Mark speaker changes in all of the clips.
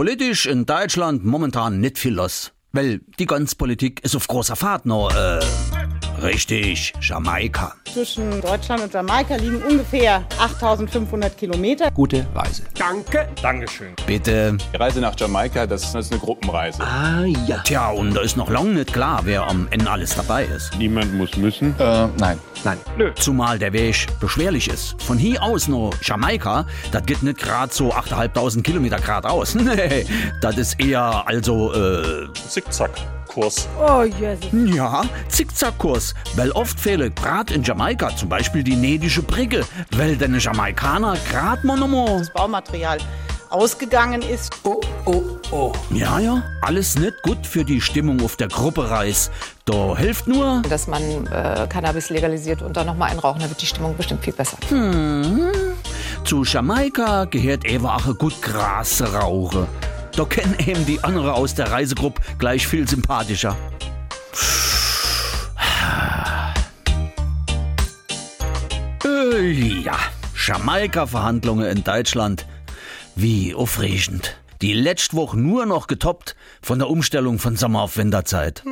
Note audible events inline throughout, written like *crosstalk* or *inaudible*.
Speaker 1: Politisch in Deutschland momentan nicht viel los. Weil die ganze Politik ist auf großer Fahrt noch, äh, richtig, Jamaika.
Speaker 2: Zwischen Deutschland und Jamaika liegen ungefähr 8500 Kilometer.
Speaker 3: Gute Reise.
Speaker 4: Danke. Dankeschön.
Speaker 1: Bitte.
Speaker 5: Die Reise nach Jamaika, das ist eine Gruppenreise.
Speaker 3: Ah ja.
Speaker 1: Tja, und da ist noch lange nicht klar, wer am Ende alles dabei ist.
Speaker 6: Niemand muss müssen.
Speaker 5: Äh, nein.
Speaker 3: Nein.
Speaker 1: Zumal der Weg beschwerlich ist. Von hier aus noch Jamaika, das geht nicht gerade so 8.500 Kilometer geradeaus. *laughs* Nee, das ist eher also, äh,
Speaker 4: Zickzack-Kurs.
Speaker 2: Oh, Jesus.
Speaker 1: ja, Zickzackkurs. Weil oft fehlt gerade in Jamaika zum Beispiel die nedische Brücke, weil deine Jamaikaner gerade mal nochmal.
Speaker 2: Das Baumaterial ausgegangen ist.
Speaker 1: Ja, ja, alles nicht gut für die Stimmung auf der Gruppe Reis. Da hilft nur
Speaker 7: dass man äh, Cannabis legalisiert und dann nochmal einrauchen, da wird die Stimmung bestimmt viel besser.
Speaker 1: Zu Jamaika gehört Ewache gut Gras rauche. Da kennen eben die andere aus der Reisegruppe gleich viel sympathischer. Äh, ja, Jamaika-Verhandlungen in Deutschland. Wie aufregend. Die letzte Woche nur noch getoppt von der Umstellung von Sommer auf Winterzeit.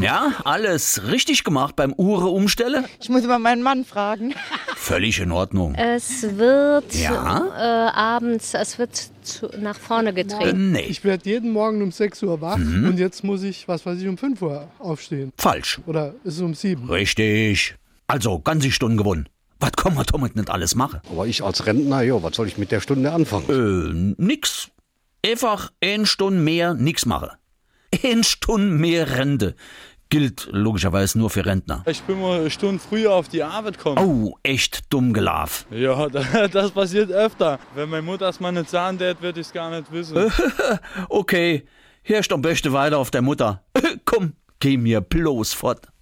Speaker 1: Ja, alles richtig gemacht beim Ure-Umstelle?
Speaker 2: Ich muss immer meinen Mann fragen.
Speaker 1: Völlig in Ordnung.
Speaker 8: Es wird
Speaker 1: Ja?
Speaker 8: äh, abends, es wird zu, nach vorne
Speaker 1: Äh,
Speaker 8: gedreht.
Speaker 1: nee,
Speaker 9: Ich werde jeden Morgen um 6 Uhr wach und jetzt muss ich, was weiß ich, um 5 Uhr aufstehen.
Speaker 1: falsch.
Speaker 9: Oder ist es um 7?
Speaker 1: Richtig. Also, ganze Stunden gewonnen. Was kann man damit nicht alles machen?
Speaker 10: Aber ich als Rentner, ja, was soll ich mit der Stunde anfangen?
Speaker 1: Äh, nix. Einfach ein Stunde mehr nix machen. Ein Stunde mehr Rente. Gilt logischerweise nur für Rentner.
Speaker 5: Ich bin mal eine Stunde früher auf die Arbeit gekommen.
Speaker 1: Oh, echt dumm gelaufen.
Speaker 5: Ja, *laughs* das passiert öfter. Wenn meine Mutter erstmal eine Zahndät, wird ich es gar nicht wissen.
Speaker 1: *laughs* Okay, herrscht am besten weiter auf der Mutter. Komm, geh mir bloß fort.